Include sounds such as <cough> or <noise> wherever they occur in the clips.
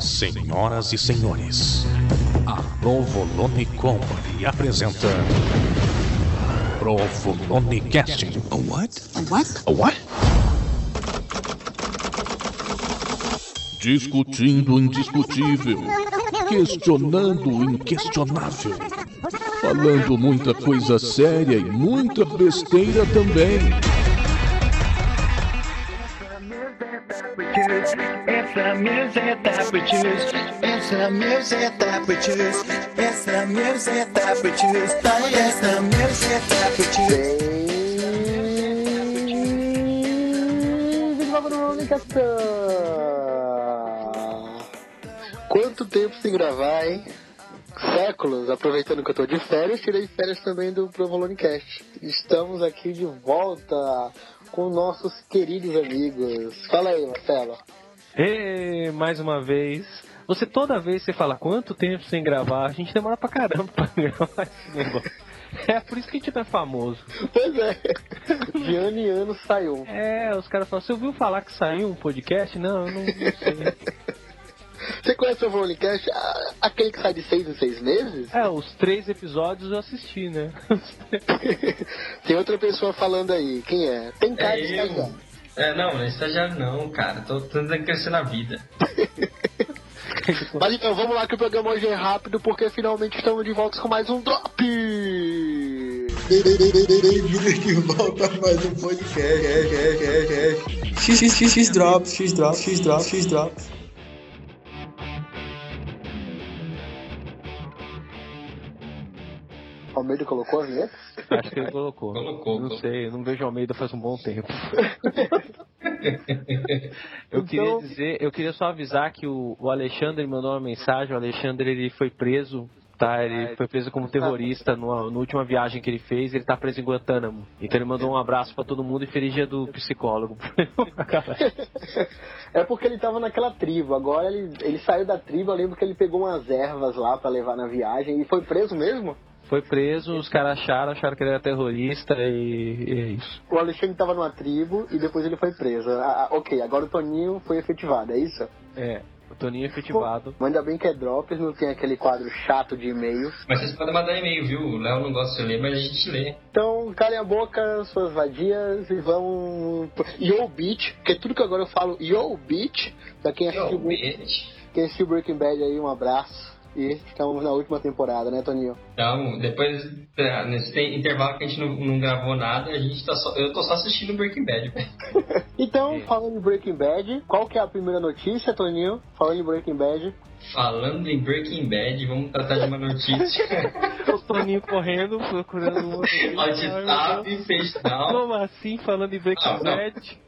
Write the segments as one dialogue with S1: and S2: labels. S1: Senhoras e senhores, a Provolone Company apresenta. Provolone Cast. A what?
S2: A what?
S1: A what?
S3: Discutindo o indiscutível,
S1: Questionando o inquestionável.
S3: falando muita coisa séria e muita besteira também.
S4: we choose. It's the music é that we choose. It's the music é that we choose. It's the music é that we choose. It's the music é that we choose.
S5: Quanto tempo sem gravar, hein? Séculos, aproveitando que eu tô de férias, tirei férias também do Provolonecast. Estamos aqui de volta com nossos queridos amigos. Fala aí, Marcelo.
S6: E mais uma vez. Você toda vez você fala quanto tempo sem gravar, a gente demora pra caramba pra <laughs> gravar esse negócio. É por isso que a gente não é famoso.
S5: <laughs> Pois é, de ano em ano saiu.
S6: É, os caras falam, você ouviu falar que saiu um podcast? Não, eu não, não sei.
S5: Você conhece o Provolonecast? Ah, Aquele que sai de seis em seis meses? <laughs>
S6: É, os três episódios eu assisti, né?
S5: Tem outra pessoa falando aí. Quem é? Tem cara de
S7: eu.
S5: estagiário.
S7: É, não, estagiário não, cara. Tô, tô tentando crescer na vida.
S5: Mas então, vamos lá que o programa hoje é rápido, porque finalmente estamos de volta com mais um Drop!
S8: Bem-vindos de volta a mais um podcast. X, X, X drop, X drop, X drop, X drop.
S5: Almeida colocou a vinheta?
S6: Acho que ele colocou.
S7: Colocou,
S6: Não
S7: colocou.
S6: sei, eu não vejo Almeida faz um bom
S7: <laughs>
S6: tempo. eu queria dizer, eu queria só avisar que o, o Alexandre mandou uma mensagem, o Alexandre ele foi preso. Tá, ele foi preso como terrorista numa, na última viagem que ele fez, ele tá preso em Guantánamo. Então ele mandou um abraço pra todo mundo e feliz dia do psicólogo. <laughs>
S5: É porque ele tava naquela tribo, agora ele, ele saiu da tribo, eu lembro que ele pegou umas ervas lá pra levar na viagem e foi preso mesmo?
S6: foi preso, os caras acharam, acharam que ele era terrorista e, e é isso.
S5: O Alexandre tava numa tribo e depois ele foi preso. Ah, ah, ok, agora o Toninho foi efetivado, é isso?
S6: É, o Toninho efetivado.
S5: Mas ainda bem que é Drops, não tem aquele quadro chato de e-mails.
S7: Mas vocês podem mandar e-mail, viu? O Léo não gosta de ler, mas a gente lê.
S5: Então, calem a boca, suas vadias, e vamos. Yo, bitch, porque tudo que agora eu falo, yo, bitch, pra quem
S7: Yo,
S5: assistiu,
S7: bitch.
S5: quem assistiu Breaking Bad aí, um abraço. E estamos na última temporada, né, Toninho?
S7: Então, depois, tá, nesse te- intervalo que a gente não, não gravou nada, a gente tá só. Eu tô só assistindo Breaking Bad, velho.
S5: <laughs> Então, falando em Breaking Bad, qual que é a primeira notícia, Toninho? Falando em Breaking Bad.
S7: Falando em Breaking Bad, vamos tratar de uma notícia.
S6: O Toninho correndo, procurando um outro.
S7: Auditab e FaceTown.
S6: Como assim, falando em
S7: Ah,
S6: Breaking
S7: não.
S6: Bad?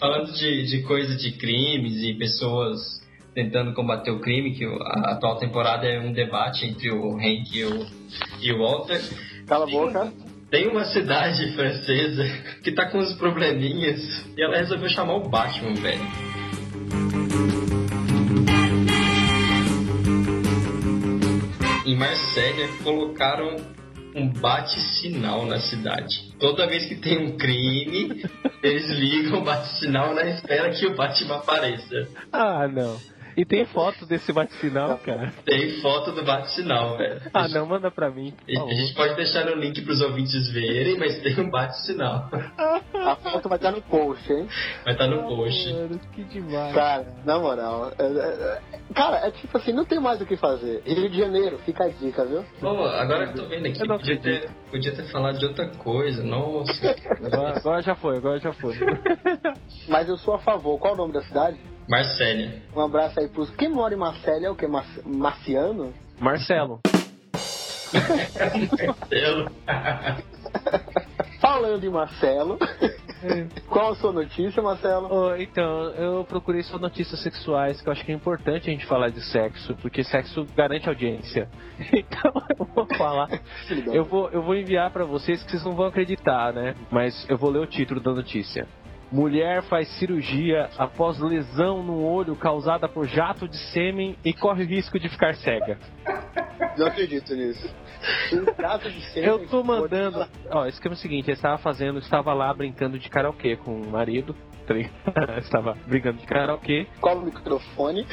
S7: <laughs> Falando de, de coisa de crimes e pessoas tentando combater o crime, que o- a atual temporada é um debate entre o Hank e o, e o Walter.
S5: Cala a boca.
S7: Tem uma cidade francesa que tá com uns probleminhas e ela resolveu chamar o Batman, velho. Em Marsella colocaram um bate-sinal na cidade. Toda vez que tem um
S6: <laughs>
S7: crime, eles ligam o bate-sinal na espera que o Batman apareça.
S6: Ah, não. E tem foto desse bate-sinal, cara?
S7: Tem foto do bate-sinal, velho.
S6: Ah, não, manda pra mim. por
S7: A
S6: favor.
S7: gente pode deixar o link pros ouvintes verem, mas tem um bate-sinal.
S5: A foto vai estar no post, hein?
S7: Vai estar no post.
S6: Mano, que demais.
S7: Tá.
S5: Cara, na moral. é- é- é- Cara, é tipo assim, não tem mais o que fazer. Rio de Janeiro, fica a dica, viu?
S7: Bom, agora que eu tô vendo aqui,
S6: Eu não
S7: podia ter, podia ter falado de outra coisa. Nossa.
S6: Agora, Ah, agora já foi, agora já
S7: <laughs>
S6: foi.
S5: Mas eu sou a favor. Qual o nome da cidade?
S7: Marcélia.
S5: Um abraço aí pros. Quem mora em Marcelo é o que? Marciano?
S6: Marcelo.
S7: Marcelo.
S5: Falando em Marcelo,
S6: É.
S5: qual a sua notícia, Marcelo?
S6: Ô, então, eu procurei só notícias sexuais, que eu acho que é importante a gente falar de sexo, porque sexo garante audiência. <laughs> Então, eu vou falar. Eu vou, eu vou enviar pra vocês que vocês não vão acreditar, né? Mas eu vou ler o título da notícia. Mulher faz cirurgia após lesão no olho causada por jato de sêmen e corre o risco de ficar cega.
S5: Não acredito nisso. Um prato de sempre
S6: Eu tô mandando. Ó, o esquema é o seguinte: eu estava fazendo, eu estava lá brincando de karaokê com o marido. <laughs> tá ligado? Eu estava brincando de karaokê.
S5: Qual o microfone?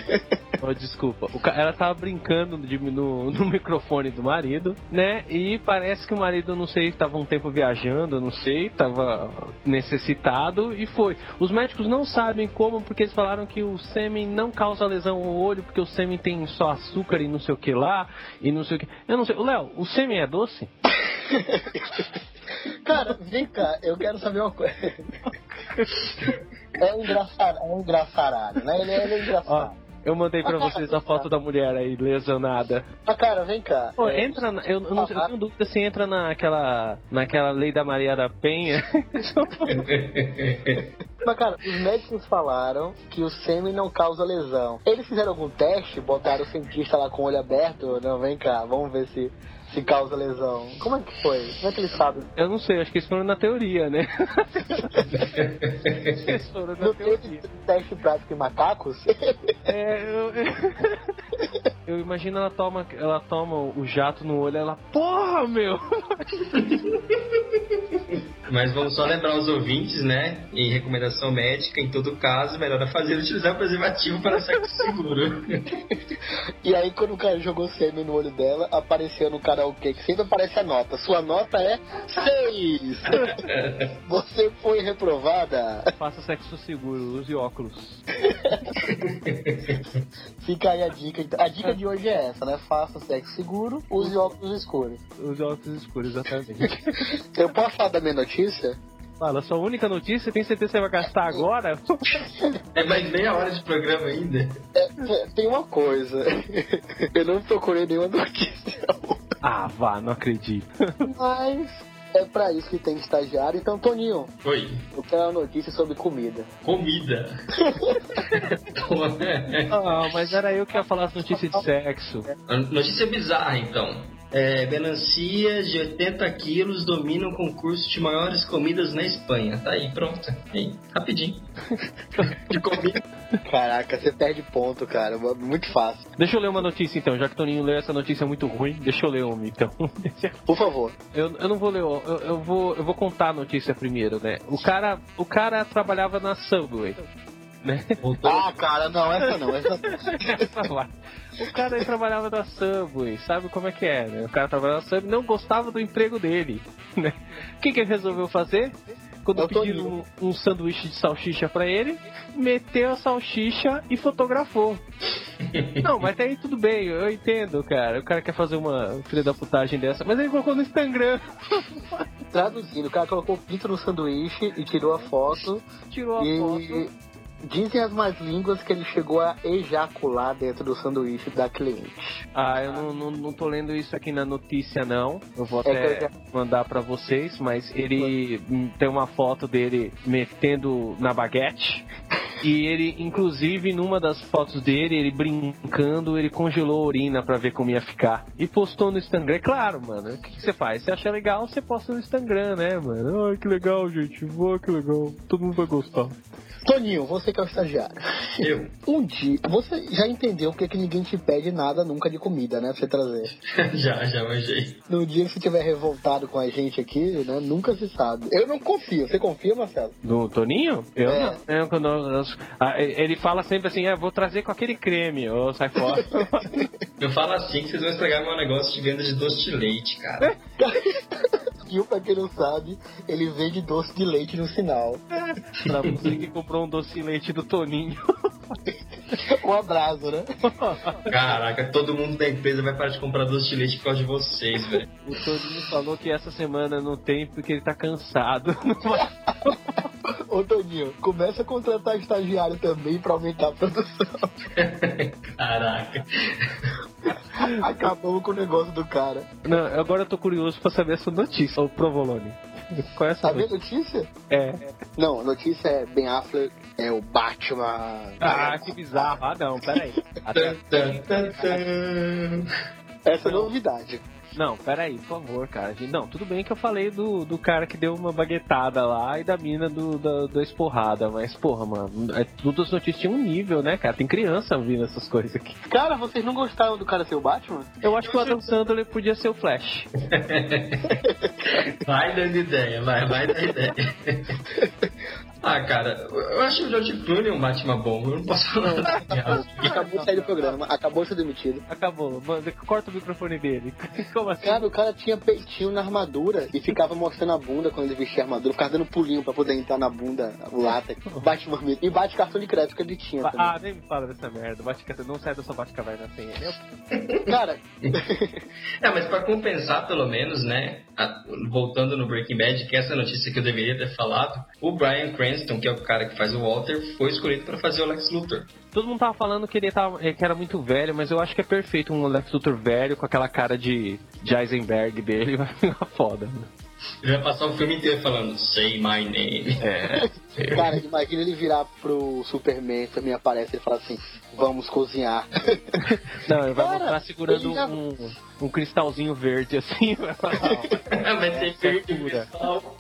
S6: Oh, desculpa. O ca- Ela tava brincando de- no, <laughs> no microfone do marido, né? E parece que o marido, não sei, tava um tempo viajando, não sei, tava necessitado e foi. Os médicos não sabem como, porque eles falaram que o sêmen não causa lesão ao olho, porque o sêmen tem só açúcar e não sei o que lá, e não sei o que. Eu não sei. Ô, Léo, o sêmen é doce?
S5: Cara, vem cá, eu quero saber uma coisa. É um engraçaralho, é um engraçaralho, né? Ele é, ele é
S6: Ó,
S5: engraçado.
S6: eu mandei pra vocês a foto da mulher aí lesionada.
S5: Mas, cara, vem cá.
S6: Pô,
S5: É,
S6: entra na, eu, eu não sei, eu tenho dúvida se entra naquela, naquela lei da Maria da Penha.
S5: Mas, cara, os médicos falaram que o sêmen não causa lesão. Eles fizeram algum teste, botaram o cientista lá com o olho aberto? Não, vem cá, vamos ver se, se causa lesão. Como é que foi? Como é que eles sabem?
S6: Eu não sei, acho que isso foram na teoria, né? Isso foram na
S5: Não teve
S6: teoria.
S5: teste prático em macacos? <laughs>
S6: É, eu, <laughs> eu imagino ela toma, ela toma o jato no olho, ela, porra, meu!
S7: <laughs> Mas vamos só lembrar os ouvintes, né? Em recomendação médica, em todo caso, melhor a fazer é utilizar preservativo para sexo seguro.
S5: E aí, quando o cara jogou sêmen no olho dela, apareceu no karaokê, que sempre aparece a nota. Sua nota é 6. Você foi reprovada.
S6: Faça sexo seguro, use óculos.
S5: Fica aí a dica. A dica de hoje é essa, né? Faça sexo seguro, use óculos escuros.
S6: Use óculos escuros, exatamente.
S5: Eu posso falar da minha notícia?
S6: Fala, sua única notícia, tem certeza que você vai gastar agora?
S7: <laughs>
S6: <laughs>
S7: É mais meia hora de programa ainda.
S5: É, tem uma coisa. <laughs> Eu não procurei nenhuma notícia,
S6: Ah, vá, não acredito.
S5: mas é pra isso que tem estagiário. Então, Toninho,
S7: Foi.
S5: eu quero uma notícia sobre comida.
S7: <laughs> Comida. Pô, né?
S6: Ah, mas era eu que ia falar as notícias de sexo.
S7: Notícia bizarra, então. É, melancias de 80 quilos dominam o concurso de maiores comidas na Espanha. Tá aí, pronto. Aí, rapidinho. De comida.
S5: Caraca, você perde ponto, cara. Muito fácil.
S6: Deixa eu ler uma notícia então, já que o Toninho leu essa notícia muito ruim, deixa eu ler uma então.
S5: Por favor.
S6: Eu, eu não vou ler, ó, eu, eu, vou, eu vou contar a notícia primeiro, né? O cara, o cara trabalhava na Subway. <laughs>
S5: Ah, cara, não, essa não. Essa
S6: o cara aí trabalhava na Subway, sabe como é que é, né? O cara trabalhava na Subway, não gostava do emprego dele, <laughs> né? O que, que ele resolveu fazer? Quando
S5: Eu tô
S6: pediram um, um sanduíche de salsicha pra ele, meteu a salsicha e fotografou. Não, mas até aí tudo bem, eu entendo, cara. O cara quer fazer uma filha da putagem dessa, mas ele colocou no Instagram,
S5: <laughs>
S6: <laughs>
S5: Traduzindo, o cara colocou o pinto no sanduíche e tirou a foto.
S6: tirou a foto.
S5: E dizem as más línguas que ele chegou a ejacular dentro do sanduíche da cliente.
S6: Ah, eu não, não, não tô lendo isso aqui na notícia, não. Eu vou
S5: É
S6: até
S5: que eu
S6: mandar pra vocês, mas ele hum, tem uma foto dele metendo na baguete. E ele, inclusive, numa das fotos dele, ele brincando, ele congelou a urina pra ver como ia ficar. E postou no Instagram. É claro, mano. O que, que você faz? Você acha legal, você posta no Instagram, né, mano? Ai, que legal, gente. Boa, que legal. Todo mundo vai gostar.
S5: Toninho, você que é o estagiário.
S7: Eu. <laughs>
S5: Um dia, você já entendeu porque que ninguém te pede nada nunca de comida, né? Pra você trazer.
S7: Já, já manjei.
S5: No dia que você estiver revoltado com a gente aqui, né? Nunca se sabe. Eu não confio. Você confia, Marcelo?
S6: Do Toninho? Eu
S5: É.
S6: não. Eu, quando eu- eu- ah, ele fala sempre assim, ah, vou trazer com aquele creme, ou sai
S5: <laughs>
S6: fora.
S7: Eu falo assim que vocês vão estragar meu negócio de venda de doce de leite, cara.
S5: Gil, pra quem não sabe, ele vende doce de leite no sinal.
S6: pra você que comprou um doce de leite do Toninho.
S5: <laughs> Um abraço, né?
S7: Caraca, todo mundo da empresa vai parar de comprar doce de leite por causa de vocês, velho.
S6: O Toninho falou que essa semana não tem porque ele tá cansado.
S5: Ô, Toninho, começa a contratar estagiário também pra aumentar a produção. <laughs>
S7: Caraca.
S5: Acabamos com o negócio do cara.
S6: Não, agora eu tô curioso pra saber essa notícia, o Provolone. Qual é essa
S5: Sabia Tá a
S6: notícia?
S5: notícia?
S6: É.
S5: Não, a notícia é Ben Affleck é o Batman. é
S6: Ah, que bizarro. Ah, não, peraí. Até-
S7: Tan, tan, tan, tan.
S5: Essa é a novidade.
S6: Não, peraí, por favor, cara. Gente, Não, tudo bem que eu falei do, do cara que deu uma baguetada lá e da mina do, da, da esporrada, mas porra, mano, é, todas as notícias tinham um nível, né, cara? Tem criança ouvindo essas coisas aqui.
S5: Cara, vocês não gostaram do cara ser o Batman?
S6: Eu acho que o Adam Sandler podia ser o Flash.
S7: Vai dando ideia, vai, vai dando ideia. Ah, cara, eu acho o George Clooney um Batman bom, eu não posso falar nada. de errado.
S5: Acabou de sair do programa, acabou de ser demitido.
S6: Acabou, manda- corta o microfone dele. <laughs> Como assim?
S5: Cara, o cara tinha peitinho na armadura e ficava mostrando a bunda quando ele vestia a armadura, ficava dando pulinho pra poder entrar na bunda, o látex. Bate marmita. E bate cartão de crédito que ele tinha também.
S6: Ah, nem me fala dessa merda. Bate não sai da sua bate-caverna sem ele.
S5: Cara,
S7: É, mas pra compensar, pelo menos, né? a- voltando no Breaking Bad, que é essa notícia que eu deveria ter falado, o Brian Cranston, que é o cara que faz o Walter, foi escolhido pra fazer o Lex Luthor.
S6: Todo mundo tava falando que ele tava, eh, que era muito velho, mas eu acho que é perfeito um Lex Luthor velho com aquela cara de, de Eisenberg dele. <laughs> Vai ficar foda.
S7: Ele vai passar o filme inteiro falando Say My Name.
S6: É.
S5: cara, imagina ele virar pro Superman, também aparece e fala assim, vamos cozinhar.
S6: Não, ele vai
S5: Cara,
S6: mostrar segurando
S5: ele já- Ah,
S6: um, um cristalzinho verde assim. <laughs> vai falar, "Ó,
S7: <laughs> vai ter verde
S6: é figura.
S7: pessoal.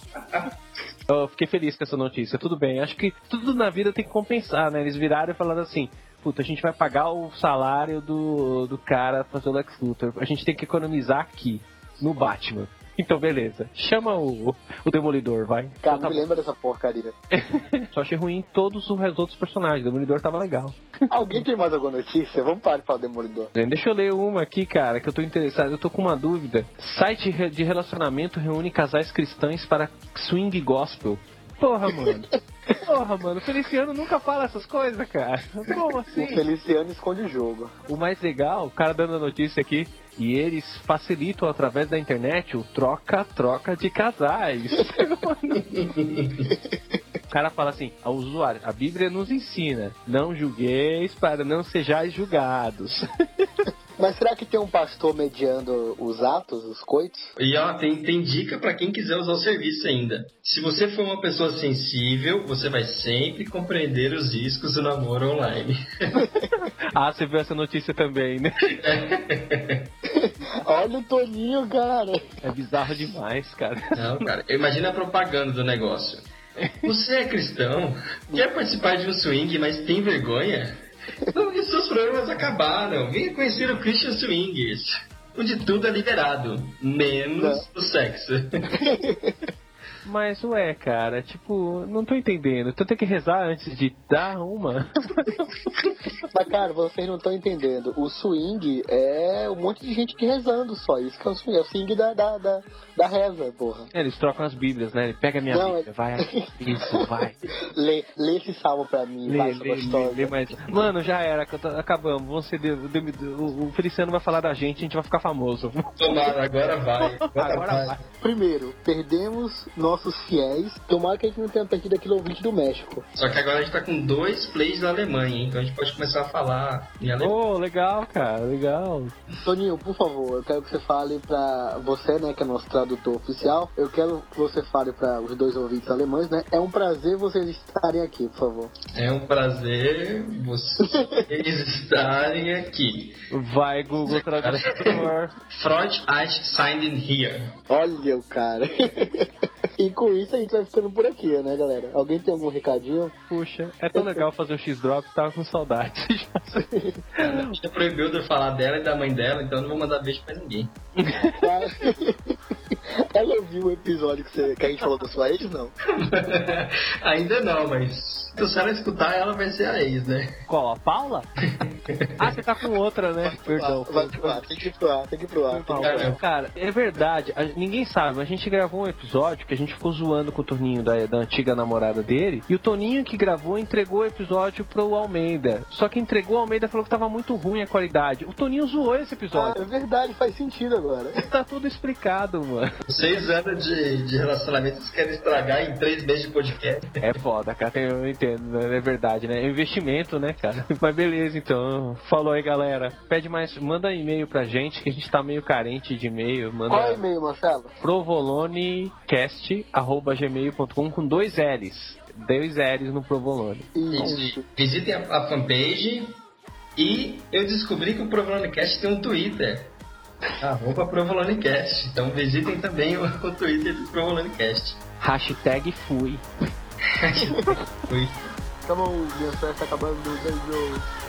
S6: Eu fiquei feliz com essa notícia. Tudo bem, acho que tudo na vida tem que compensar, né? Eles viraram e falaram assim: puta, a gente vai pagar o salário do, do cara pra fazer o Lex Luthor. A gente tem que economizar aqui, no Batman. Então, beleza. Chama o, o Demolidor, vai.
S5: Cara, não
S6: Então,
S5: me lembra dessa porcaria.
S6: tá bom. Só achei ruim todos os outros personagens. O Demolidor tava legal. É,
S5: Alguém tem mais alguma notícia? Vamos parar de falar do Demolidor.
S6: Deixa eu ler uma aqui, cara, que eu tô interessado. Eu tô com uma dúvida. Site re- de relacionamento reúne casais cristãos para swing gospel. Porra, mano. Porra, mano. O Feliciano nunca fala essas coisas, cara. Como
S5: O
S6: assim?
S5: Feliciano esconde o jogo.
S6: O mais legal, o cara dando a notícia aqui. E eles facilitam através da internet o troca-troca de casais. O cara fala assim, ao usuário, a Bíblia nos ensina, não julgueis para não sejais julgados. <laughs>
S5: Mas será que tem um pastor mediando os atos, os
S7: <laughs>
S5: coitos?
S7: E ó, tem, tem dica pra quem quiser usar o serviço ainda. Se você for uma pessoa sensível, você vai sempre compreender os riscos do namoro online.
S6: Ah, você viu essa notícia também, né?
S5: Olha o Toninho, cara.
S6: É bizarro demais, cara.
S7: Não, cara, imagina a propaganda do negócio. Você é cristão? Quer participar de um swing, mas tem vergonha? Não, que seus problemas acabaram. Venha conhecer o Christian Swingers, onde tudo é liberado, menos o sexo.
S6: Mas ué, cara, tipo, não tô entendendo. Então tem que rezar antes de dar uma.
S5: Mas, cara, vocês não estão entendendo. O swing é um monte de gente que rezando só. Isso que é o swing. É o swing da, da, da, da reza, porra.
S6: É, Eles trocam as bíblias, né? Ele pega a minha
S5: Não,
S6: bíblia, vai aqui. Isso, vai.
S5: Lê, lê esse salmo pra mim,
S6: Lê,
S5: lê,
S6: lê, lê, lê mais. Mano, já era, canta- acabamos. Vão ser de- de- o, o Feliciano vai falar da gente, a gente vai
S5: <laughs>
S6: ficar famoso.
S7: Tomara, agora vai.
S6: Agora vai.
S5: Primeiro, perdemos nossos fiéis. Tomara que a gente não tenha perdido aquele ouvinte do México.
S7: Só que agora a gente tá com dois plays da Alemanha, hein? então a gente pode começar a falar em alemão.
S6: Ô, legal, cara, legal.
S5: Toninho, por favor, eu quero que você fale pra você, né, que é nosso tradutor oficial. Eu quero que você fale pra os dois ouvintes alemães, né? É um prazer vocês estarem aqui, por favor.
S7: É um prazer
S6: <laughs>
S7: vocês estarem aqui.
S6: Vai, Google Tradutor.
S7: Freud Eich Signed in Here.
S5: Olha o cara. <laughs> e com isso a gente vai ficando por aqui, né, galera? Alguém tem algum recadinho?
S6: Puxa, é tão legal fazer o X-Drop, tava com saudade.
S7: Já proibiu de eu falar dela e da mãe dela, então eu não vou mandar beijo pra ninguém. <laughs>
S5: Cara, Ah, <laughs> Ela ouviu o episódio que, você- que a gente falou da sua ex, não?
S7: Ainda não, mas se ela escutar, ela vai ser a ex, né?
S6: <laughs> Qual?
S5: <laughs>
S6: A Paula? Ah, você tá com outra, né? Perdão.
S5: Ah, Vai pro ar, tem que ir pro ar, tem que ir pro ar.
S6: Foi mal,
S7: Cara,
S6: cara. Cara, é verdade. A- ninguém sabe. A gente gravou um episódio que a gente ficou zoando com o Toninho da, da antiga namorada dele. E o Toninho que gravou entregou o episódio pro Almeida. Só que entregou o Almeida falou que tava muito ruim a qualidade. O Toninho zoou esse
S5: Ah,
S6: episódio.
S5: é verdade, faz sentido agora.
S6: Tá tudo explicado, mano.
S7: Seis anos de, de relacionamento, vocês querem estragar em três meses de podcast.
S6: <laughs> É foda, cara. Eu entendo. né? É verdade, né? É investimento, né, cara? <laughs> Mas beleza, então. Falou aí, galera. Pede mais. Manda e-mail pra gente, que a gente tá meio carente de e-mail. Manda.
S5: Qual é o e-mail, Marcelo?
S6: provolonecast.gmail.com com dois L's. Dois L's no provolone.
S5: Isso.
S7: Visitem a, a fanpage. E eu descobri que o Problemcast tem um Twitter. Arroba Provolonicast. Então visitem também o, o Twitter do Provolonicast.
S6: Hashtag fui.
S7: Oi.
S5: Calma, o meu sonho tá acabando. Beijo.